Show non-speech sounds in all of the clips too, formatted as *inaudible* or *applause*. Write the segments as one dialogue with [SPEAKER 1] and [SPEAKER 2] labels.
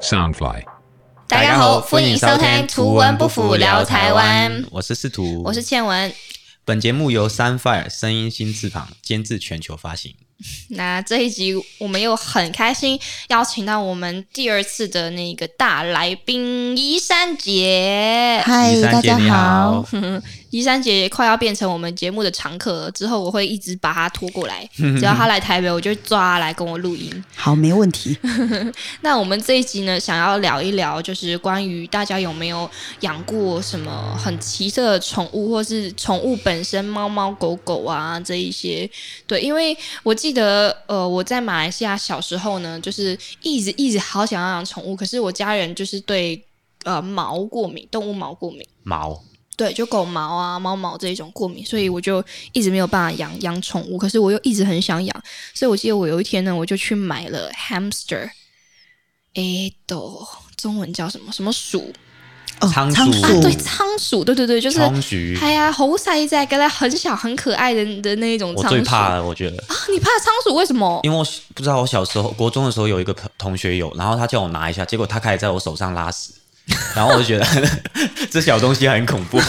[SPEAKER 1] Soundfly。
[SPEAKER 2] 大家好，欢迎收听《图文不符聊台湾》，
[SPEAKER 3] 我是司徒，
[SPEAKER 2] 我是倩文。
[SPEAKER 3] 本节目由 Sunfire 声音新翅膀监制，全球发行。
[SPEAKER 2] 那这一集我们又很开心，邀请到我们第二次的那个大来宾依珊姐。 *laughs*
[SPEAKER 4] 嗨
[SPEAKER 3] 依，珊
[SPEAKER 4] 大
[SPEAKER 3] 姐
[SPEAKER 4] 家
[SPEAKER 3] 你好，，
[SPEAKER 2] 依珊姐快要变成我们节目的常客了，之后我会一直把她拖过 *laughs* 来，只要她来台北，我就抓她来跟我录音。
[SPEAKER 4] 好，没问题。
[SPEAKER 2] 那我们这一集呢，想要聊一聊，就是关于大家有没有养过什么很奇特的宠物，或是宠物本身猫猫狗狗啊这一些。对，因为我记得，呃，我在马来西亚小时候呢，就是一直一直好想要养宠物，可是我家人就是对呃毛过敏，动物毛过敏。
[SPEAKER 3] 毛
[SPEAKER 2] 对，就狗毛啊、猫毛这一种过敏，所
[SPEAKER 3] 嗯
[SPEAKER 2] 以我就一直没有办法养养宠物。可是我又一直很想养，所以我记得我有一天呢，我就去买了 hamster，诶，都中文叫什么什么鼠
[SPEAKER 4] 哦
[SPEAKER 3] 仓
[SPEAKER 4] 仓
[SPEAKER 3] 鼠
[SPEAKER 2] 啊？
[SPEAKER 4] 鼠
[SPEAKER 2] 对，仓鼠，对对对，就是
[SPEAKER 3] 仓鼠
[SPEAKER 2] 哎呀，猴塞在跟它很小很可爱的的那一种
[SPEAKER 3] 我
[SPEAKER 2] 仓鼠。
[SPEAKER 3] 最怕了，我觉得，
[SPEAKER 2] 啊！你怕仓鼠为什么？
[SPEAKER 3] 因为我不知道我小时候国中的时候有一个朋同学有，然后他叫我拿一下，结果他开始在我手上拉
[SPEAKER 2] *laughs*
[SPEAKER 3] 屎，然后我就觉得 *laughs* 这小东西很
[SPEAKER 2] *laughs*
[SPEAKER 3] 恐怖。 *laughs*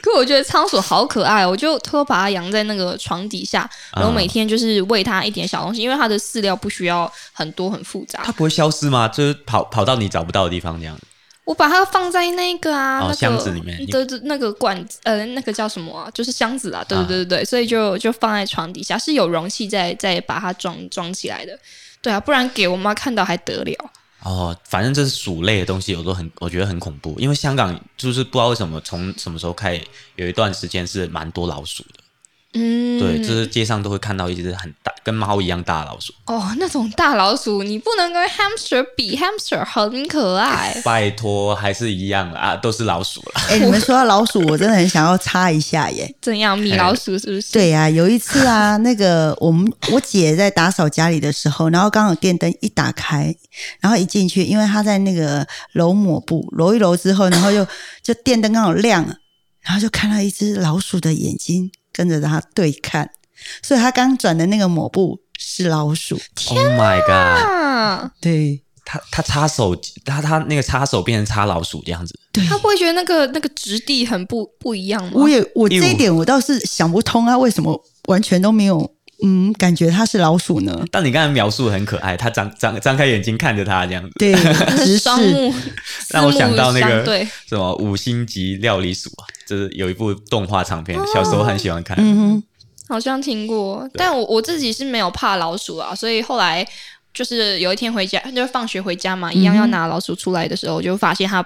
[SPEAKER 2] 可我觉得仓鼠好可爱哦，我就偷把它养在那个床底下，然后
[SPEAKER 3] 嗯
[SPEAKER 2] 每天就是喂它一点小东西，因为它的饲料不需要很多很复杂
[SPEAKER 3] 它。不会消失吗？就是跑跑到你找不到的地方这样。
[SPEAKER 2] 我把它放在那个啊，
[SPEAKER 3] 哦
[SPEAKER 2] 那个
[SPEAKER 3] 箱子里面
[SPEAKER 2] 对对，那个罐子，呃，那个叫什么啊？就是箱子啊，对对对对对，所以就就放在床底下，是有容器再再把它装装起来的。对啊，不然给我妈看到还得了？
[SPEAKER 3] 哦，反正这是鼠类的东西，我都很我觉得很恐怖，因为香港就是不知道为什么从什么时候开始有一段时间是蛮多老鼠的，
[SPEAKER 2] 嗯，
[SPEAKER 3] 对，就是街上都会看到一只很大跟猫一样大的老鼠，
[SPEAKER 2] 哦，那种大老鼠，你不能跟 hamster 比，hamster 很可
[SPEAKER 3] *laughs*
[SPEAKER 2] 爱。
[SPEAKER 3] 拜托还是一样啦啊，都是老鼠啦。
[SPEAKER 4] 哎、你们说到老鼠，我真的很想要插一下
[SPEAKER 2] *laughs*
[SPEAKER 4] 耶。
[SPEAKER 2] 怎样，米老
[SPEAKER 3] 哎
[SPEAKER 2] 鼠是不是？
[SPEAKER 4] 对呀、有一次啊，那个我们我姐在打扫家里的时候，然后刚好电灯一打开，然后一进去，因为她在那个揉抹布揉一揉之后，然后就就电灯刚好亮了，然后就看到一只老鼠的眼睛跟着她对看，所以她刚转的那个抹布是老鼠。
[SPEAKER 3] Oh my god！
[SPEAKER 2] 啊，
[SPEAKER 4] 对，
[SPEAKER 3] 他他擦手，他他那个擦手变成擦老鼠这样子，
[SPEAKER 2] 他不会觉得那个那个质地很不不一样吗？
[SPEAKER 4] 我也我
[SPEAKER 3] 因为
[SPEAKER 4] 这一
[SPEAKER 3] 我
[SPEAKER 4] 点我倒是想不通啊，为什么完全都没有嗯感觉它是老鼠
[SPEAKER 3] *laughs*
[SPEAKER 4] 呢？
[SPEAKER 3] 但你刚才描述得很可爱，他张张张开眼睛看着他这样子，
[SPEAKER 4] 对，直
[SPEAKER 2] 是
[SPEAKER 4] 视
[SPEAKER 2] 双目，
[SPEAKER 3] *laughs* 让我
[SPEAKER 2] 四目
[SPEAKER 3] 想到那
[SPEAKER 2] 相
[SPEAKER 3] 个
[SPEAKER 2] 对。
[SPEAKER 3] 什么五星级料理鼠啊，就是有一部动画长片，小时候很喜欢看。
[SPEAKER 4] 嗯
[SPEAKER 2] 好像听过，但我我自己是没有怕老鼠啊，所以后来就是有一天回家，就放学回家嘛，一
[SPEAKER 3] 嗯
[SPEAKER 2] 样要拿老鼠出来的时候，我就发现它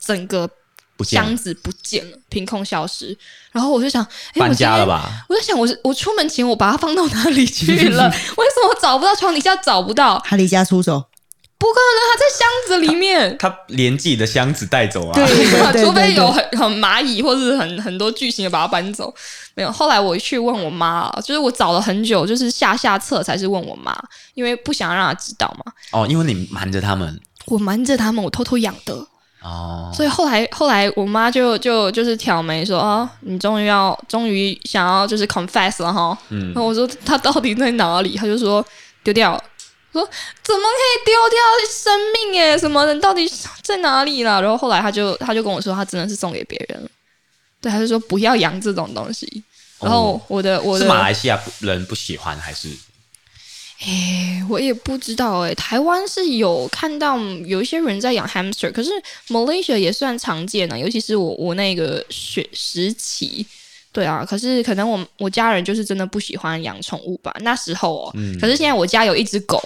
[SPEAKER 2] 整个
[SPEAKER 3] 不见了
[SPEAKER 2] 箱子不见了，凭空消失。然后我就想，诶
[SPEAKER 3] 搬家
[SPEAKER 2] 我
[SPEAKER 3] 了？
[SPEAKER 2] 今天
[SPEAKER 3] 吧？
[SPEAKER 2] 我在想，我是我出门前我把它放到哪里去
[SPEAKER 3] *laughs*
[SPEAKER 2] 了？为什么我找不到床底下找不到？
[SPEAKER 4] 哼，他离家出走，
[SPEAKER 2] 不可能，它在箱子里面。
[SPEAKER 3] 他连自己的箱子带走啊。
[SPEAKER 4] *laughs* 对
[SPEAKER 2] *laughs*
[SPEAKER 4] 对对
[SPEAKER 2] 除非
[SPEAKER 4] 对
[SPEAKER 2] 有很很蚂蚁或是很很多巨型的把它搬走，没有。后来我去问我妈，啊就是我找了很久，就是下下策才是问我妈，因为不想让她知道嘛。
[SPEAKER 3] 哦，因为你瞒着他们
[SPEAKER 2] 我瞒着他们，我偷偷养的，
[SPEAKER 3] 哦。
[SPEAKER 2] 所以后来后来我妈就就就是挑眉说：“哦，你终于要终于想要就是 confess 了哈。”
[SPEAKER 3] 嗯
[SPEAKER 2] 然，后我说他到底在哪里？他就说丢掉了。我说怎么可以丢掉生命？哎，什么人到底在哪里啦？然后后来他就他就跟我说，他真的是送给别人了。对，他就说不要养这种东西。然后我的、我
[SPEAKER 3] 哦是
[SPEAKER 2] 的，
[SPEAKER 3] 马来西亚人不喜欢还是？
[SPEAKER 2] 哎我也不知道哎、台湾是有看到有一些人在养 hamster，可是 Malaysia 也算常见啊，尤其是我我那个学时期。对啊，可是可能我我家人就是真的不喜欢养宠物吧，那时候哦。
[SPEAKER 3] 嗯
[SPEAKER 2] 可是现在我家有一只狗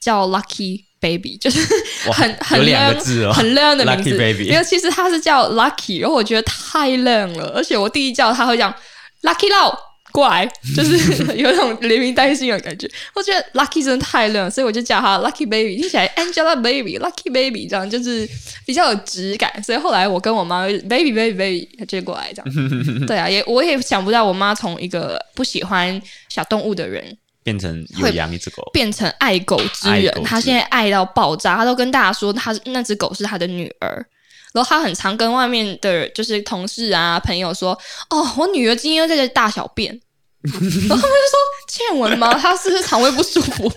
[SPEAKER 2] 叫 Lucky Baby，就是
[SPEAKER 3] 哇
[SPEAKER 2] 很很
[SPEAKER 3] 有两
[SPEAKER 2] 亮
[SPEAKER 3] 个字哦，
[SPEAKER 2] 很亮的名字。
[SPEAKER 3] Lucky Baby
[SPEAKER 2] 没有，其实它是叫 Lucky，然后我觉得太亮了，而且我弟弟叫它会讲 Lucky 老过来，就是
[SPEAKER 3] *laughs*
[SPEAKER 2] 有一种连名带姓的感觉。我觉得 Lucky 真的太亮，所以我就叫它 Lucky Baby，听起来 Angela Baby、Lucky Baby 这样就是比较有质感。所以后来我跟我妈就是 Baby Baby Baby 她就过来这
[SPEAKER 3] *laughs*
[SPEAKER 2] 样。对啊，也我也想不到我妈从一个不喜欢小动物的人。
[SPEAKER 3] 变成有养一只狗。
[SPEAKER 2] 变成爱狗之
[SPEAKER 3] 爱
[SPEAKER 2] 人
[SPEAKER 3] 狗之，人
[SPEAKER 2] 他现在爱到爆炸，他都跟大家说他那只狗是他的女儿。然后他很常
[SPEAKER 3] *laughs*
[SPEAKER 2] 跟外面的，就是同事啊、朋友说：“哦，我女儿今天又在这大小便。”然后他们就说倩文吗？她是不是肠胃不舒服？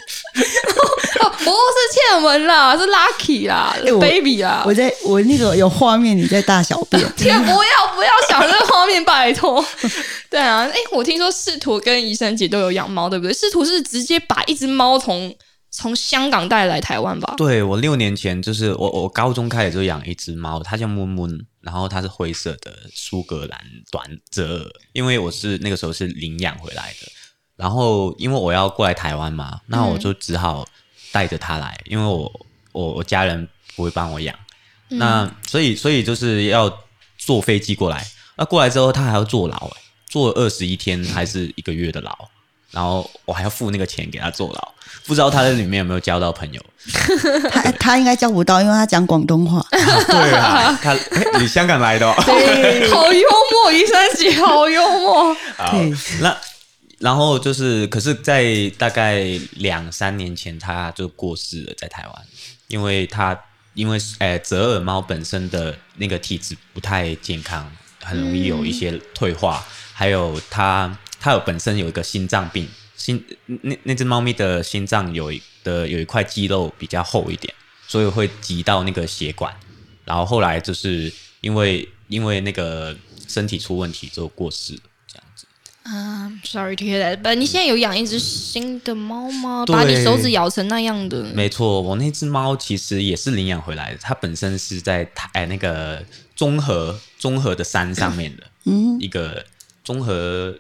[SPEAKER 2] 然后哦，不是倩文啦，是 Lucky
[SPEAKER 3] *laughs*
[SPEAKER 2] 啦、
[SPEAKER 4] 哎我
[SPEAKER 2] b a b y 啦。，
[SPEAKER 4] 我在我那个有画面，你在大小便
[SPEAKER 2] *laughs* 天，不要不要想这个画面，拜托。 *laughs* 对啊，哎、我听说仕途跟怡生姐都有养猫，对不对？仕途是直接把一只猫从从香港带来台湾吧？
[SPEAKER 3] 对我六年前就是我我高中开始就养一只猫，它叫木木，然后它是灰色的苏格兰短折耳，因为我是那个时候是领养回来的，然后因为我要过来台湾嘛，那我就只好带着它来，因为我我我家人不会帮我养，那所以所以就是要坐飞机过来，那过来之后它还要坐牢、欸，坐二十一天还是一个月的牢。然后我还要付那个钱给他坐牢，不知道他在里面有没有交到朋友。
[SPEAKER 4] 他他应该教不到，因为他讲广东话。
[SPEAKER 3] *laughs* 对啊，他诶你香港来的、哦，
[SPEAKER 2] 好幽默，怡生姐好幽默。
[SPEAKER 3] 好
[SPEAKER 4] 对，
[SPEAKER 3] *laughs* 那然后就是，可是，在大概两三年前，他就过世了，在台湾，因为他因为呃诶折耳猫本身的那个体质不太健康，很容易有一些退化，还有它它有本身有一个心脏病，心那那只猫咪的心脏有一的有一块肌肉比较厚一点，所以会挤到那个血管，然后后来就是因为因为那个身体出问题就过世了，这样子。
[SPEAKER 2] 啊、s o r r y to hear that。But 你现在有养一只新的猫吗？
[SPEAKER 3] 对
[SPEAKER 2] 把你手指咬成那样的？
[SPEAKER 3] 没错，我那只猫其实也是领养回来的，它本身是在台哎那个综合综合的山上面的，嗯，一个综合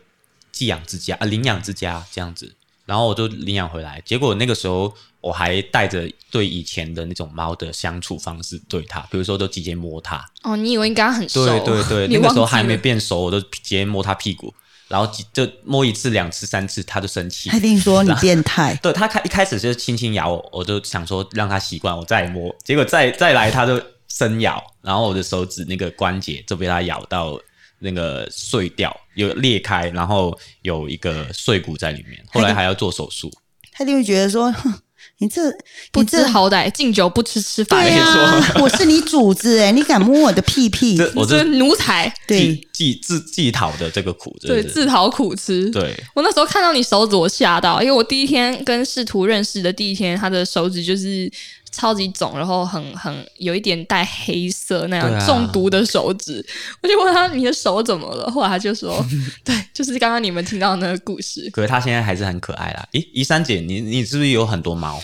[SPEAKER 3] 寄养之家啊领养之家这样子，然后我就领养回来，结果那个时候我还带着对以前的那种猫的相处方式对它，比如说都直接摸它，
[SPEAKER 2] 哦，你以为你跟它很熟？
[SPEAKER 3] 对对对，
[SPEAKER 2] *laughs* 你
[SPEAKER 3] 那个
[SPEAKER 2] 忘
[SPEAKER 3] 时
[SPEAKER 2] 记
[SPEAKER 3] 候
[SPEAKER 2] 了
[SPEAKER 3] 还没变熟，我都直接摸它屁股，然后就摸一次、两次、三次，它就生气。
[SPEAKER 4] 他一。定说你变态
[SPEAKER 3] 对他开一开始就是轻轻咬我，我就想说让他习惯，我再摸，结果再再来他就深咬，然后我的手指那个关节就被他咬到那个碎掉，有裂开，然后有一个碎骨在里面，后来还要做手术。
[SPEAKER 4] 他一定会觉得说，哼你这
[SPEAKER 2] 不
[SPEAKER 4] 你
[SPEAKER 2] 知
[SPEAKER 4] 这
[SPEAKER 2] 好歹，欸敬酒不吃吃罚
[SPEAKER 4] 对
[SPEAKER 3] 啊
[SPEAKER 2] 酒，
[SPEAKER 4] 呀，我是你主子哎，你敢摸我的屁屁？
[SPEAKER 3] 这我
[SPEAKER 2] 你
[SPEAKER 3] 这
[SPEAKER 2] 这奴才，
[SPEAKER 4] 对，
[SPEAKER 3] 自己自己讨的这个苦，真
[SPEAKER 2] 对，
[SPEAKER 3] 的是
[SPEAKER 2] 自讨苦吃。
[SPEAKER 3] 对
[SPEAKER 2] 我那时候看到你手指，我吓到，因为我第一天跟仕途认识的第一天，他的手指就是超级肿，然后很很有一点带黑色那
[SPEAKER 3] 对
[SPEAKER 2] 样
[SPEAKER 3] 啊
[SPEAKER 2] 中毒的手指。我就问他你的手怎么了，后来他就
[SPEAKER 3] *laughs*
[SPEAKER 2] 说，对，就是刚刚你们听到的那个故事。
[SPEAKER 3] 可是他现在还是很可爱啦。咦，怡珊姐，你你是不是有很多猫？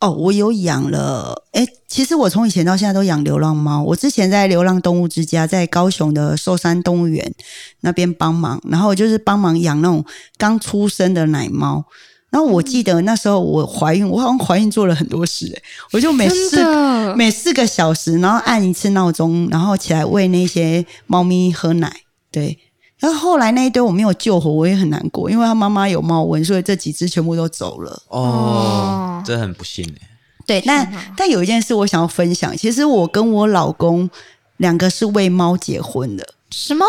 [SPEAKER 4] 哦，我有养了，哎，其实我从以前到现在都养流浪猫。我之前在流浪动物之家，在高雄的寿山动物园那边帮忙，然后就是帮忙养那种刚出生的奶猫。然后我记得那时候我怀孕，我好像怀孕做了很多事、诶我就每
[SPEAKER 2] 真
[SPEAKER 4] 四
[SPEAKER 2] 的
[SPEAKER 4] 每四个小时，然后按一次闹钟，然后起来喂那些猫咪喝奶，对。然后后来那一堆我没有救活，我也很难过，因为它妈妈有猫瘟，所以这几只全部都走了。
[SPEAKER 2] 哦
[SPEAKER 3] 这很不幸哎、
[SPEAKER 4] 对，但但有一件事我想要分享，其实我跟我老公两个是为猫结婚的，
[SPEAKER 2] 什么？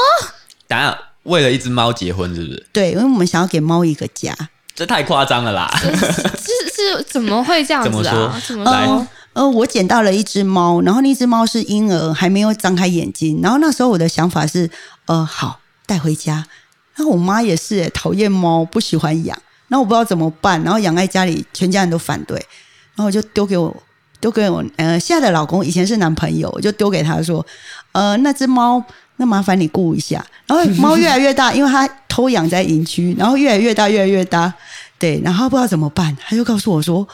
[SPEAKER 3] 当然，为了一只猫结婚是不是？
[SPEAKER 4] 对，因为我们想要给猫一个家。
[SPEAKER 3] 这太夸张了啦！
[SPEAKER 2] 是是怎么会这样子啊？
[SPEAKER 3] 怎
[SPEAKER 2] 怎
[SPEAKER 3] 么说
[SPEAKER 2] 么
[SPEAKER 3] 来
[SPEAKER 2] 说？
[SPEAKER 4] 呃，我捡到了一只猫，然后那只猫是婴儿，还没有张开眼睛。然后那时候我的想法是，呃，好带回家。然后我妈也是、欸、讨厌猫，不喜欢养。然后我不知道怎么办，然后养在家里，全家人都反对。然后我就丢给我，丢给我，呃，现在的老公以前是男朋友，我就丢给他说，呃，那只猫，那麻烦你顾一下。然后猫越来越大，因为它偷养在营区，然后越来越大，越来越大，对，然后不知道怎么办，他就告诉我说，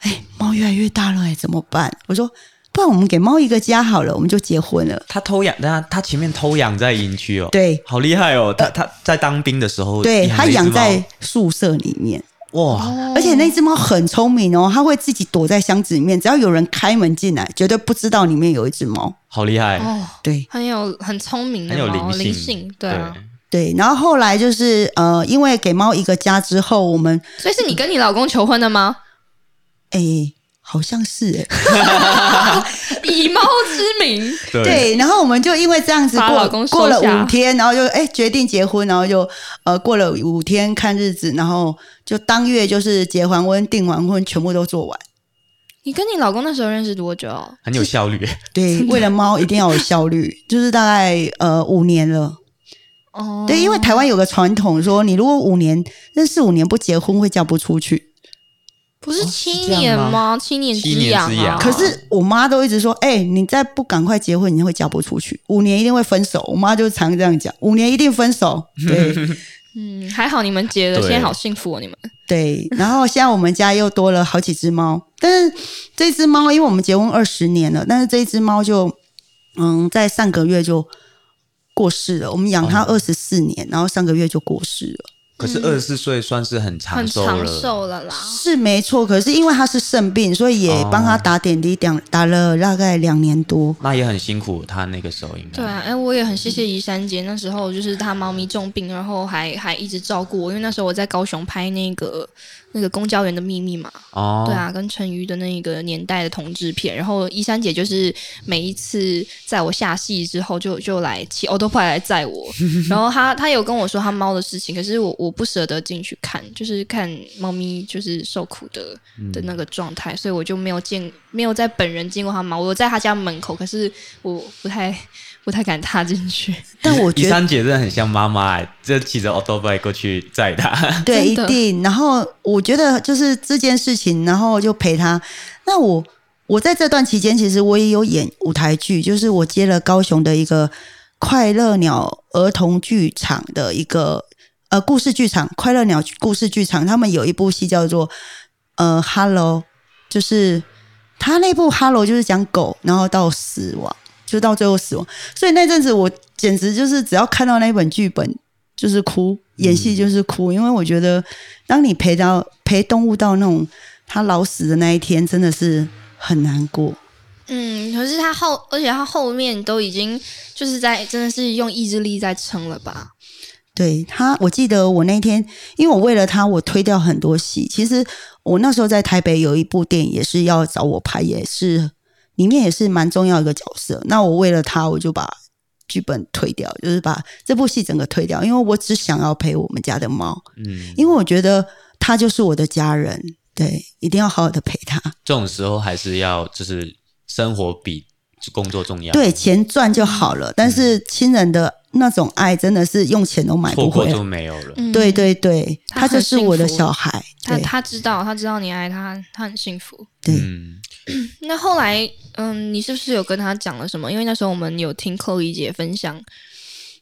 [SPEAKER 4] 哎，猫越来越大了、哎，怎么办？我说，不然我们给猫一个家好了，我们就结婚了。
[SPEAKER 3] 他偷养，但他他前面偷养在营区哦，
[SPEAKER 4] 对呃
[SPEAKER 3] 好厉害哦！他他在当兵的时候，
[SPEAKER 4] 对，
[SPEAKER 3] 了
[SPEAKER 4] 它
[SPEAKER 3] 一只
[SPEAKER 4] 养
[SPEAKER 3] 猫
[SPEAKER 4] 在哦宿舍里面。
[SPEAKER 3] 哇，
[SPEAKER 4] 而且那只猫很聪明哦，它会自己躲在箱子里面，只要有人开门进来，绝对不知道里面有一只猫。
[SPEAKER 3] 好厉害，
[SPEAKER 2] 哦，
[SPEAKER 4] 对
[SPEAKER 2] 很有很聪明的
[SPEAKER 3] 很有
[SPEAKER 2] 猫，
[SPEAKER 3] 性，
[SPEAKER 2] 灵性，对啊。
[SPEAKER 4] 对，然后后来就是呃，因为给猫一个家之后，我们
[SPEAKER 2] 所以是你跟你老公求婚的吗？
[SPEAKER 4] 哎、好像是哎、
[SPEAKER 2] *laughs* 以猫之名，
[SPEAKER 3] 对
[SPEAKER 4] 对，然后我们就因为这样子
[SPEAKER 2] 把老
[SPEAKER 4] 过
[SPEAKER 2] 公
[SPEAKER 4] 过
[SPEAKER 2] 收
[SPEAKER 4] 了
[SPEAKER 2] 下
[SPEAKER 4] 五天，然后就哎、决定结婚，然后就呃过了五天看日子，然后就当月就是结完婚、订完婚，全部都做完。
[SPEAKER 2] 你跟你老公那时候认识多久？
[SPEAKER 3] 很有效率。
[SPEAKER 4] *laughs* 对，为了猫一定要有效率，就是大概呃五年了。
[SPEAKER 2] 哦
[SPEAKER 4] 对，因为台湾有个传统说，你如果五年认识五年不结婚会嫁不出去。
[SPEAKER 2] 不是
[SPEAKER 3] 哦
[SPEAKER 2] 七
[SPEAKER 3] 是这样
[SPEAKER 2] 年吗？
[SPEAKER 3] 吗
[SPEAKER 2] 七年
[SPEAKER 3] 七年
[SPEAKER 2] 痒
[SPEAKER 3] 之
[SPEAKER 2] 啊
[SPEAKER 3] 痒
[SPEAKER 4] 可是我妈都一直说，哎、你再不赶快结婚，你会嫁不出去，五年一定会分手。我妈就常这样讲，五年一定分手。对
[SPEAKER 2] 嗯，还好你们结了，
[SPEAKER 3] 对
[SPEAKER 2] 现在好幸福哦，你们。
[SPEAKER 4] 对，然后现在我们家又多了好几只猫，但是这只猫因为我们结婚二十年了，但是这只猫就嗯，在上个月就过世了。我们养它
[SPEAKER 3] 哦
[SPEAKER 4] 二十四年，然后上个月就过世了。
[SPEAKER 3] 可
[SPEAKER 4] 嗯
[SPEAKER 3] 是二十四岁算是 *laughs* 很长
[SPEAKER 2] 很
[SPEAKER 3] 寿
[SPEAKER 2] 长
[SPEAKER 3] 了，
[SPEAKER 2] 寿了啦。
[SPEAKER 4] 是没错，可是因为他是肾病，所以也帮他打点滴，两打了大概两年多。
[SPEAKER 3] 那也很辛苦。他那个时候应该
[SPEAKER 2] 对啊，哎、我也很谢谢宜珊姐，那时候就是她猫咪重病，然后还还一直照顾我，因为那时候我在高雄拍那个那个《公交员的秘密》嘛，
[SPEAKER 3] 哦，
[SPEAKER 2] 对啊，跟陈瑜的那个年代的同志片，然后依珊姐就是每一次在我下戏之后就就来骑 auto p i 来载
[SPEAKER 4] *laughs*
[SPEAKER 2] 我，然后她她有跟我说她猫的事情，可是我我不舍得进去看，就是看猫咪就是受苦的
[SPEAKER 4] 嗯
[SPEAKER 2] 的那个状态，所以我就没有见没有在本人见过她猫，我在她家门口，可是我不太不太敢踏进去，
[SPEAKER 4] 但我
[SPEAKER 3] 宜
[SPEAKER 4] 觉得
[SPEAKER 3] 珊姐真的很像妈妈、欸，就骑着 auto bike 过去载她。 *laughs*
[SPEAKER 4] 对，一
[SPEAKER 2] 真的
[SPEAKER 4] 定。然后我觉得就是这件事情，然后就陪他。那我我在这段期间，其实我也有演舞台剧，就是我接了高雄的一个快乐鸟儿童剧场的一个呃故事剧场，快乐鸟故事剧场，他们有一部戏叫做呃《Hello》，就是他那部《Hello》就是讲狗，然后到死亡，就到最后死亡。所以那阵子我简直就是只要看到那本剧本就是哭，演戏就是哭，因为我觉得当你陪到陪动物到那种它老死的那一天，真的是很难过。
[SPEAKER 2] *laughs* 嗯，可是他后，而且他后面都已经就是在真的是用意志力在撑了吧？
[SPEAKER 4] 对他，我记得我那天，因为我为了他，我推掉很多戏。其实我那时候在台北有一部电影也是要找我拍，也是里面也是蛮重要一个角色。那我为了他，我就把剧本推掉，就是把这部戏整个推掉，因为我只想要陪我们家的猫，
[SPEAKER 3] 嗯，
[SPEAKER 4] 因为我觉得他就是我的家人，对，一定要好好的陪他。
[SPEAKER 3] 这种时候还是要就是生活比工作重要。
[SPEAKER 4] 对，，钱赚就好
[SPEAKER 3] 嗯
[SPEAKER 4] 了，但是亲人的那种爱真的是用钱都买
[SPEAKER 3] 错
[SPEAKER 4] 不
[SPEAKER 3] 过
[SPEAKER 4] 回来
[SPEAKER 3] 就。没有了。
[SPEAKER 2] 嗯，
[SPEAKER 4] 对对对，
[SPEAKER 2] 他
[SPEAKER 4] 他就
[SPEAKER 2] 很
[SPEAKER 4] 是
[SPEAKER 2] 幸
[SPEAKER 4] 我的
[SPEAKER 2] 福
[SPEAKER 4] 小孩。
[SPEAKER 2] 他
[SPEAKER 4] 对
[SPEAKER 2] 他知道，他知道你爱他，他很幸福。
[SPEAKER 4] 对，
[SPEAKER 3] 嗯，
[SPEAKER 2] 那后来，嗯，你是不是有跟他讲了什么？因为那时候我们有听寇怡姐分享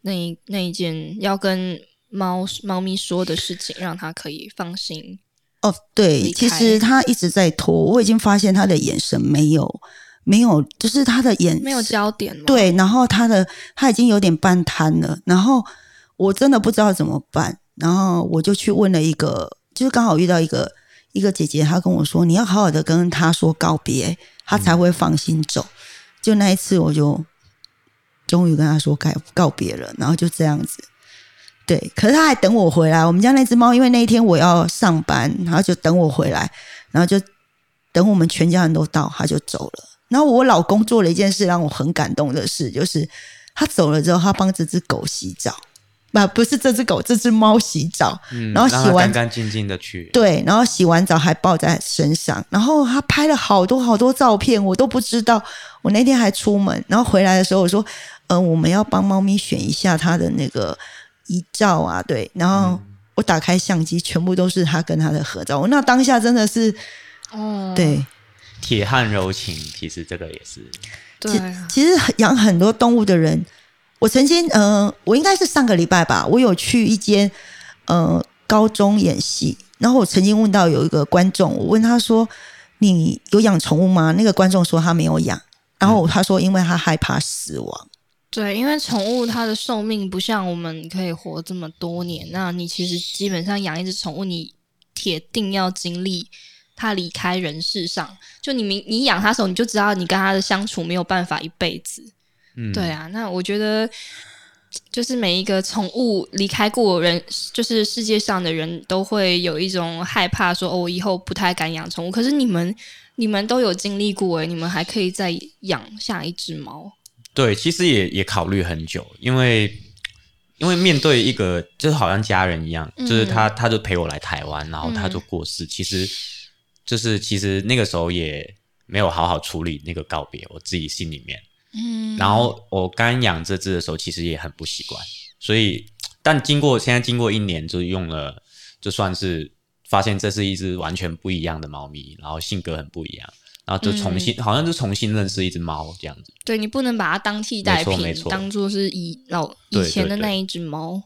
[SPEAKER 2] 那一那一件要跟猫猫咪说的事情，让他可以放心。
[SPEAKER 4] 哦，
[SPEAKER 2] 离
[SPEAKER 4] 对，其
[SPEAKER 2] 开
[SPEAKER 4] 实他一直在拖，我已经发现他的眼神没有没有，就是他的眼
[SPEAKER 2] 没有焦点吗？，
[SPEAKER 4] 对，然后他的他已经有点半瘫了，然后我真的不知道怎么办，然后我就去问了一个，就是刚好遇到一个一个姐姐，她跟我说你要好好的跟他说告别，他
[SPEAKER 2] 嗯
[SPEAKER 4] 才会放心走。就那一次，我就终于跟他说告告别了，然后就这样子。对，可是他还等我回来。我们家那只猫，因为那一天我要上班，然后就等我回来，然后就等我们全家人都到，他就走了。然后我老公做了一件事让我很感动的事，就是他走了之后，他帮这只狗洗澡，不不是这只狗，这只猫洗澡。
[SPEAKER 3] 嗯
[SPEAKER 4] 然后
[SPEAKER 3] 让
[SPEAKER 4] 洗
[SPEAKER 3] 她
[SPEAKER 4] 完
[SPEAKER 3] 干干净净的去。
[SPEAKER 4] 对，然后洗完澡还抱在身上，然后他拍了好多好多照片，我都不知道。我那天还出门，然后回来的时候我说，呃，我们要帮猫咪选一下它的那个遗照啊，对。然后我打开相机，全部都是他跟他的合照。我那当下真的是，
[SPEAKER 2] 哦，
[SPEAKER 4] 对，
[SPEAKER 3] 铁汉柔情，其实这个也是，
[SPEAKER 2] 对啊，
[SPEAKER 4] 其实养很多动物的人，我曾经，呃，我应该是上个礼拜吧，我有去一间呃高中演戏，然后我曾经问到有一个观众，我问他说：“你有养宠物吗？”那个观众说他没有养，然后他说因为他害怕死亡。
[SPEAKER 2] 对，因为宠物它的寿命不像我们可以活这么多年，那你其实基本上养一只宠物，你铁定要经历它离开人世上。就你明你养它的时候，你就知道你跟它的相处没有办法一辈子。
[SPEAKER 3] 嗯，
[SPEAKER 2] 对啊，那我觉得就是每一个宠物离开过人，就是世界上的人都会有一种害怕说，哦，我以后不太敢养宠物。可是你们你们都有经历过欸诶，你们还可以再养下一只猫。
[SPEAKER 3] 对，其实也也考虑很久，因为因为面对一个就是好像家人一样，
[SPEAKER 2] 嗯
[SPEAKER 3] 就是他他就陪我来台湾，然后他就过世，其实就是其实那个时候也没有好好处理那个告别，我自己心里面。
[SPEAKER 2] 嗯
[SPEAKER 3] 然后我刚养这只的时候，其实也很不习惯，所以但经过现在经过一年，就用了，就算是发现这是一只完全不一样的猫咪，然后性格很不一样，然后就重新、
[SPEAKER 2] 嗯
[SPEAKER 3] 好像就重新认识一只猫这样子。
[SPEAKER 2] 对你不能把它当替代
[SPEAKER 3] 没错
[SPEAKER 2] 品
[SPEAKER 3] 没，错
[SPEAKER 2] 当做是以老以
[SPEAKER 3] 对
[SPEAKER 2] 前的
[SPEAKER 3] 对
[SPEAKER 2] 那
[SPEAKER 3] 对
[SPEAKER 2] 一只猫。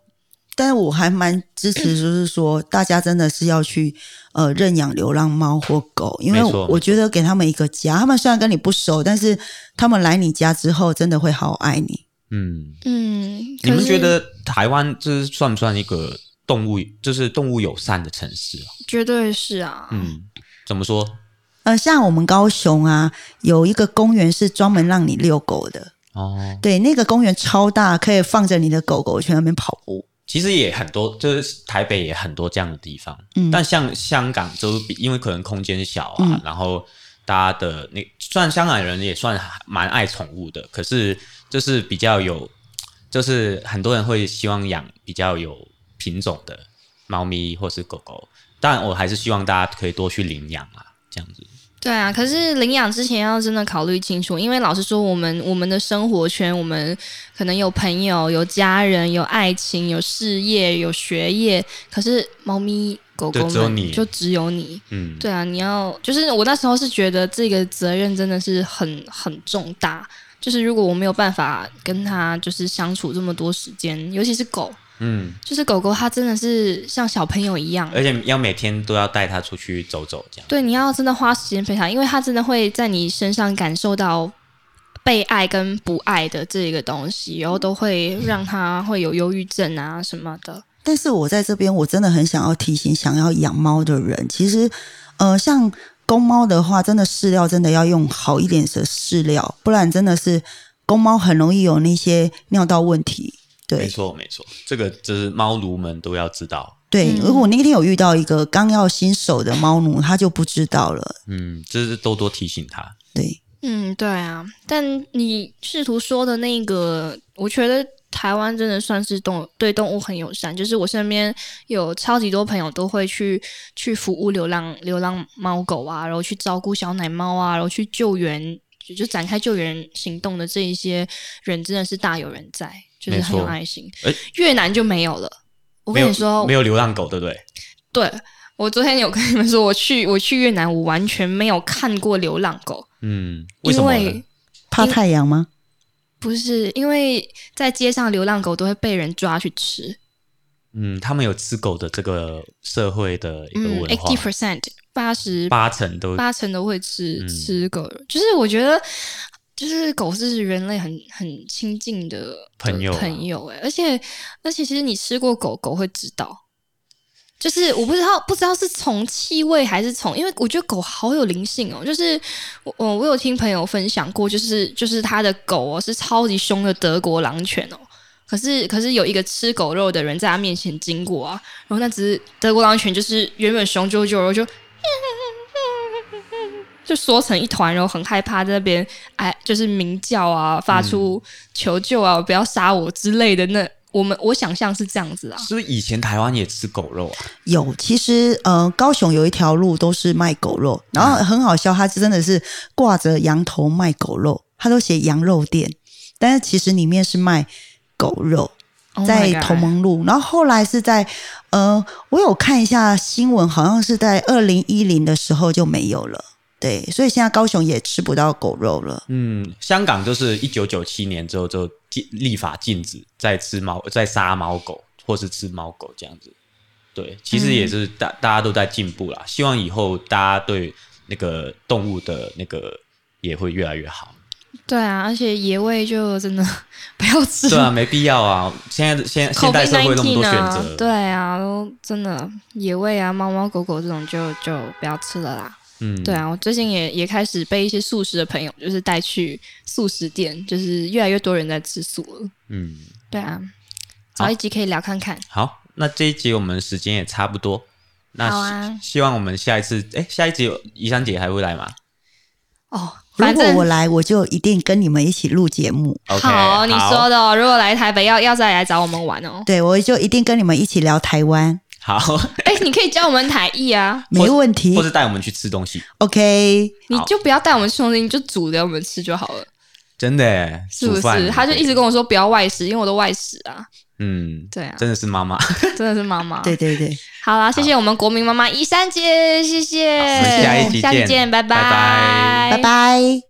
[SPEAKER 4] 但我还蛮支持，就是说大家真的是要去呃认养流浪猫或狗，因为
[SPEAKER 3] 没错
[SPEAKER 4] 我觉得给他们一个家，他们虽然跟你不熟，但是他们来你家之后，真的会好爱你。
[SPEAKER 3] 嗯，
[SPEAKER 2] 嗯，
[SPEAKER 3] 你
[SPEAKER 2] 可
[SPEAKER 3] 们
[SPEAKER 2] 是
[SPEAKER 3] 觉得台湾这算不算一个动物，就是动物友善的城市啊？
[SPEAKER 2] 绝对是啊，
[SPEAKER 3] 嗯，怎么说？
[SPEAKER 4] 呃，像我们高雄啊，有一个公园是专门让你遛狗的，
[SPEAKER 3] 哦，
[SPEAKER 4] 对，那个公园超大，可以放着你的狗狗去那边跑步。
[SPEAKER 3] 其实也很多，就是台北也很多这样的地方，
[SPEAKER 4] 嗯
[SPEAKER 3] 但像香港就是比因为可能空间小啊，
[SPEAKER 4] 嗯
[SPEAKER 3] 然后大家的那虽然香港人也算蛮爱宠物的，可是就是比较有，就是很多人会希望养比较有品种的猫咪或是狗狗，但我还是希望大家可以多去领养啊，这样子。
[SPEAKER 2] 对啊。可是领养之前要真的考虑清楚，因为老实说，我们我们的生活圈，我们可能有朋友、有家人、有爱情、有事业、有学业，可是猫咪狗狗
[SPEAKER 3] 就只有你
[SPEAKER 2] 们就只有你。
[SPEAKER 3] 嗯，
[SPEAKER 2] 对啊，你要就是我那时候是觉得这个责任真的是很很重大，就是如果我没有办法跟它就是相处这么多时间，尤其是狗，
[SPEAKER 3] 嗯，哎
[SPEAKER 2] 就是狗狗它真的是像小朋友一样，
[SPEAKER 3] 而且要每天都要带它出去走走，这样。
[SPEAKER 2] 对，你要真的花时间陪它，因为它真的会在你身上感受到被爱跟不爱的这个东西，然后都会让它会有忧郁症啊什么的。
[SPEAKER 4] 但是我在这边，我真的很想要提醒想要养猫的人，其实，呃，像公猫的话，真的饲料真的要用好一点的饲料，不然真的是公猫很容易有那些尿道问题。
[SPEAKER 3] 没
[SPEAKER 4] 对
[SPEAKER 3] 错，没错，这个就是猫奴们都要知道。
[SPEAKER 4] 对，
[SPEAKER 2] 嗯
[SPEAKER 4] 如果我那天有遇到一个刚要新手的猫奴，他就不知道了。
[SPEAKER 3] 嗯，就是多多提醒他。
[SPEAKER 4] 对，
[SPEAKER 2] 嗯，对啊，但你试图说的那个，我觉得台湾真的算是动对动物很友善，就是我身边有超级多朋友都会去去服务流浪流浪猫狗啊，然后去照顾小奶猫啊，然后去救援，就就展开救援行动的这一些人真的是大有人在，就是
[SPEAKER 3] 没
[SPEAKER 2] 很有
[SPEAKER 3] 错
[SPEAKER 2] 爱心
[SPEAKER 3] 诶。
[SPEAKER 2] 越南就没有了，我
[SPEAKER 3] 我
[SPEAKER 2] 跟你说
[SPEAKER 3] 没，有流浪狗，对不对？
[SPEAKER 2] 对我昨天有跟你们说，我去我去越南，我完全没有看过流浪狗，
[SPEAKER 3] 嗯，为什
[SPEAKER 2] 因
[SPEAKER 3] 么
[SPEAKER 2] 为
[SPEAKER 3] 呢？
[SPEAKER 4] 怕太阳吗？
[SPEAKER 2] 不是，因为在街上流浪狗都会被人抓去吃。
[SPEAKER 3] 嗯，他们有吃狗的这个社会的一个
[SPEAKER 2] 嗯
[SPEAKER 3] 文化
[SPEAKER 2] ，eighty，percent，八十
[SPEAKER 3] 八成都
[SPEAKER 2] 八成都会吃、
[SPEAKER 3] 嗯
[SPEAKER 2] 吃狗。就是我觉得，就是狗是人类很很亲近的
[SPEAKER 3] 朋友啊
[SPEAKER 2] 的朋友哎、而且而且其实你吃过狗狗会知道。就是我不知道，不知道是从气味还是从，因为我觉得狗好有灵性哦。就是我我我有听朋友分享过，就是就是他的狗哦是超级凶的德国狼犬哦，可是可是有一个吃狗肉的人在他面前经过啊，然后那只德国狼犬就是原本雄赳赳，然后就 *laughs* 就缩成一团，然后很害怕在那边哎就是鸣叫啊，发出求救啊，不要杀我之类的那。我们我想象是这样子啊，
[SPEAKER 3] 是不是以前台湾也吃狗肉啊？
[SPEAKER 4] 有，其实呃，高雄有一条路都是卖狗肉，
[SPEAKER 2] 嗯
[SPEAKER 4] 然后很好笑，它真的是挂着羊头卖狗肉，它都写羊肉店，但是其实里面是卖狗肉，
[SPEAKER 2] Oh my
[SPEAKER 4] 在
[SPEAKER 2] God
[SPEAKER 4] 同盟路。然后后来是在呃，我有看一下新闻，好像是在二零一零的时候就没有了。对，所以现在高雄也吃不到狗肉了。
[SPEAKER 3] 嗯，香港就是一九九七年之后就禁立法禁止再吃猫、再杀猫狗或是吃猫狗这样子。对，其实也是
[SPEAKER 2] 嗯
[SPEAKER 3] 大、大家都在进步啦，希望以后大家对那个动物的那个也会越来
[SPEAKER 2] *laughs*
[SPEAKER 3] 越好。
[SPEAKER 2] 对啊，而且野味就真的 *laughs* 不要吃。
[SPEAKER 3] 对啊，没必要啊！现在现在现代社会那么
[SPEAKER 2] COVID
[SPEAKER 3] 多选
[SPEAKER 2] nineteen
[SPEAKER 3] 择
[SPEAKER 2] 啊，，对啊，都真的野味啊，猫猫狗狗这种就就不要吃了啦。
[SPEAKER 3] 嗯，
[SPEAKER 2] 对啊，我最近也也开始被一些素食的朋友就是带去素食店，就是越来越多人在吃素了。
[SPEAKER 3] 嗯，
[SPEAKER 2] 对啊，找一集可以聊看看。
[SPEAKER 3] 好，那这一集我们时间也差不多，那希、
[SPEAKER 2] 好啊
[SPEAKER 3] 希望我们下一次，哎，下一集有怡珊姐还会来吗
[SPEAKER 2] 哦，
[SPEAKER 4] 如
[SPEAKER 2] 反
[SPEAKER 4] 果
[SPEAKER 2] 正
[SPEAKER 4] 我来，我就一定跟你们一起录节目。
[SPEAKER 3] ？OK，
[SPEAKER 2] 好，你说的哦。如果来台北要要再来找我们玩哦。 *laughs*
[SPEAKER 4] 对，我就一定跟你们一起聊台湾，
[SPEAKER 3] 好， *laughs*
[SPEAKER 2] 哎，你可以教我们台艺啊，
[SPEAKER 4] 没问题
[SPEAKER 3] 或。是带我们去吃东西，
[SPEAKER 4] OK，
[SPEAKER 2] 你就不要带我们吃东西，你就煮给我们吃就好了，
[SPEAKER 3] 真的耶，
[SPEAKER 2] 是不
[SPEAKER 3] 煮饭
[SPEAKER 2] 是？他就一直跟我说不要外食，因为我都外食啊。
[SPEAKER 3] 嗯，
[SPEAKER 2] 对啊，
[SPEAKER 3] 真的是妈妈，
[SPEAKER 2] 真的是妈妈。
[SPEAKER 4] 对，对对，
[SPEAKER 2] 好啦，谢谢我们国民妈妈一三姐，谢谢，
[SPEAKER 3] 我们下一集
[SPEAKER 2] 下期
[SPEAKER 3] 见
[SPEAKER 2] 见，拜
[SPEAKER 3] 拜拜
[SPEAKER 4] 拜拜。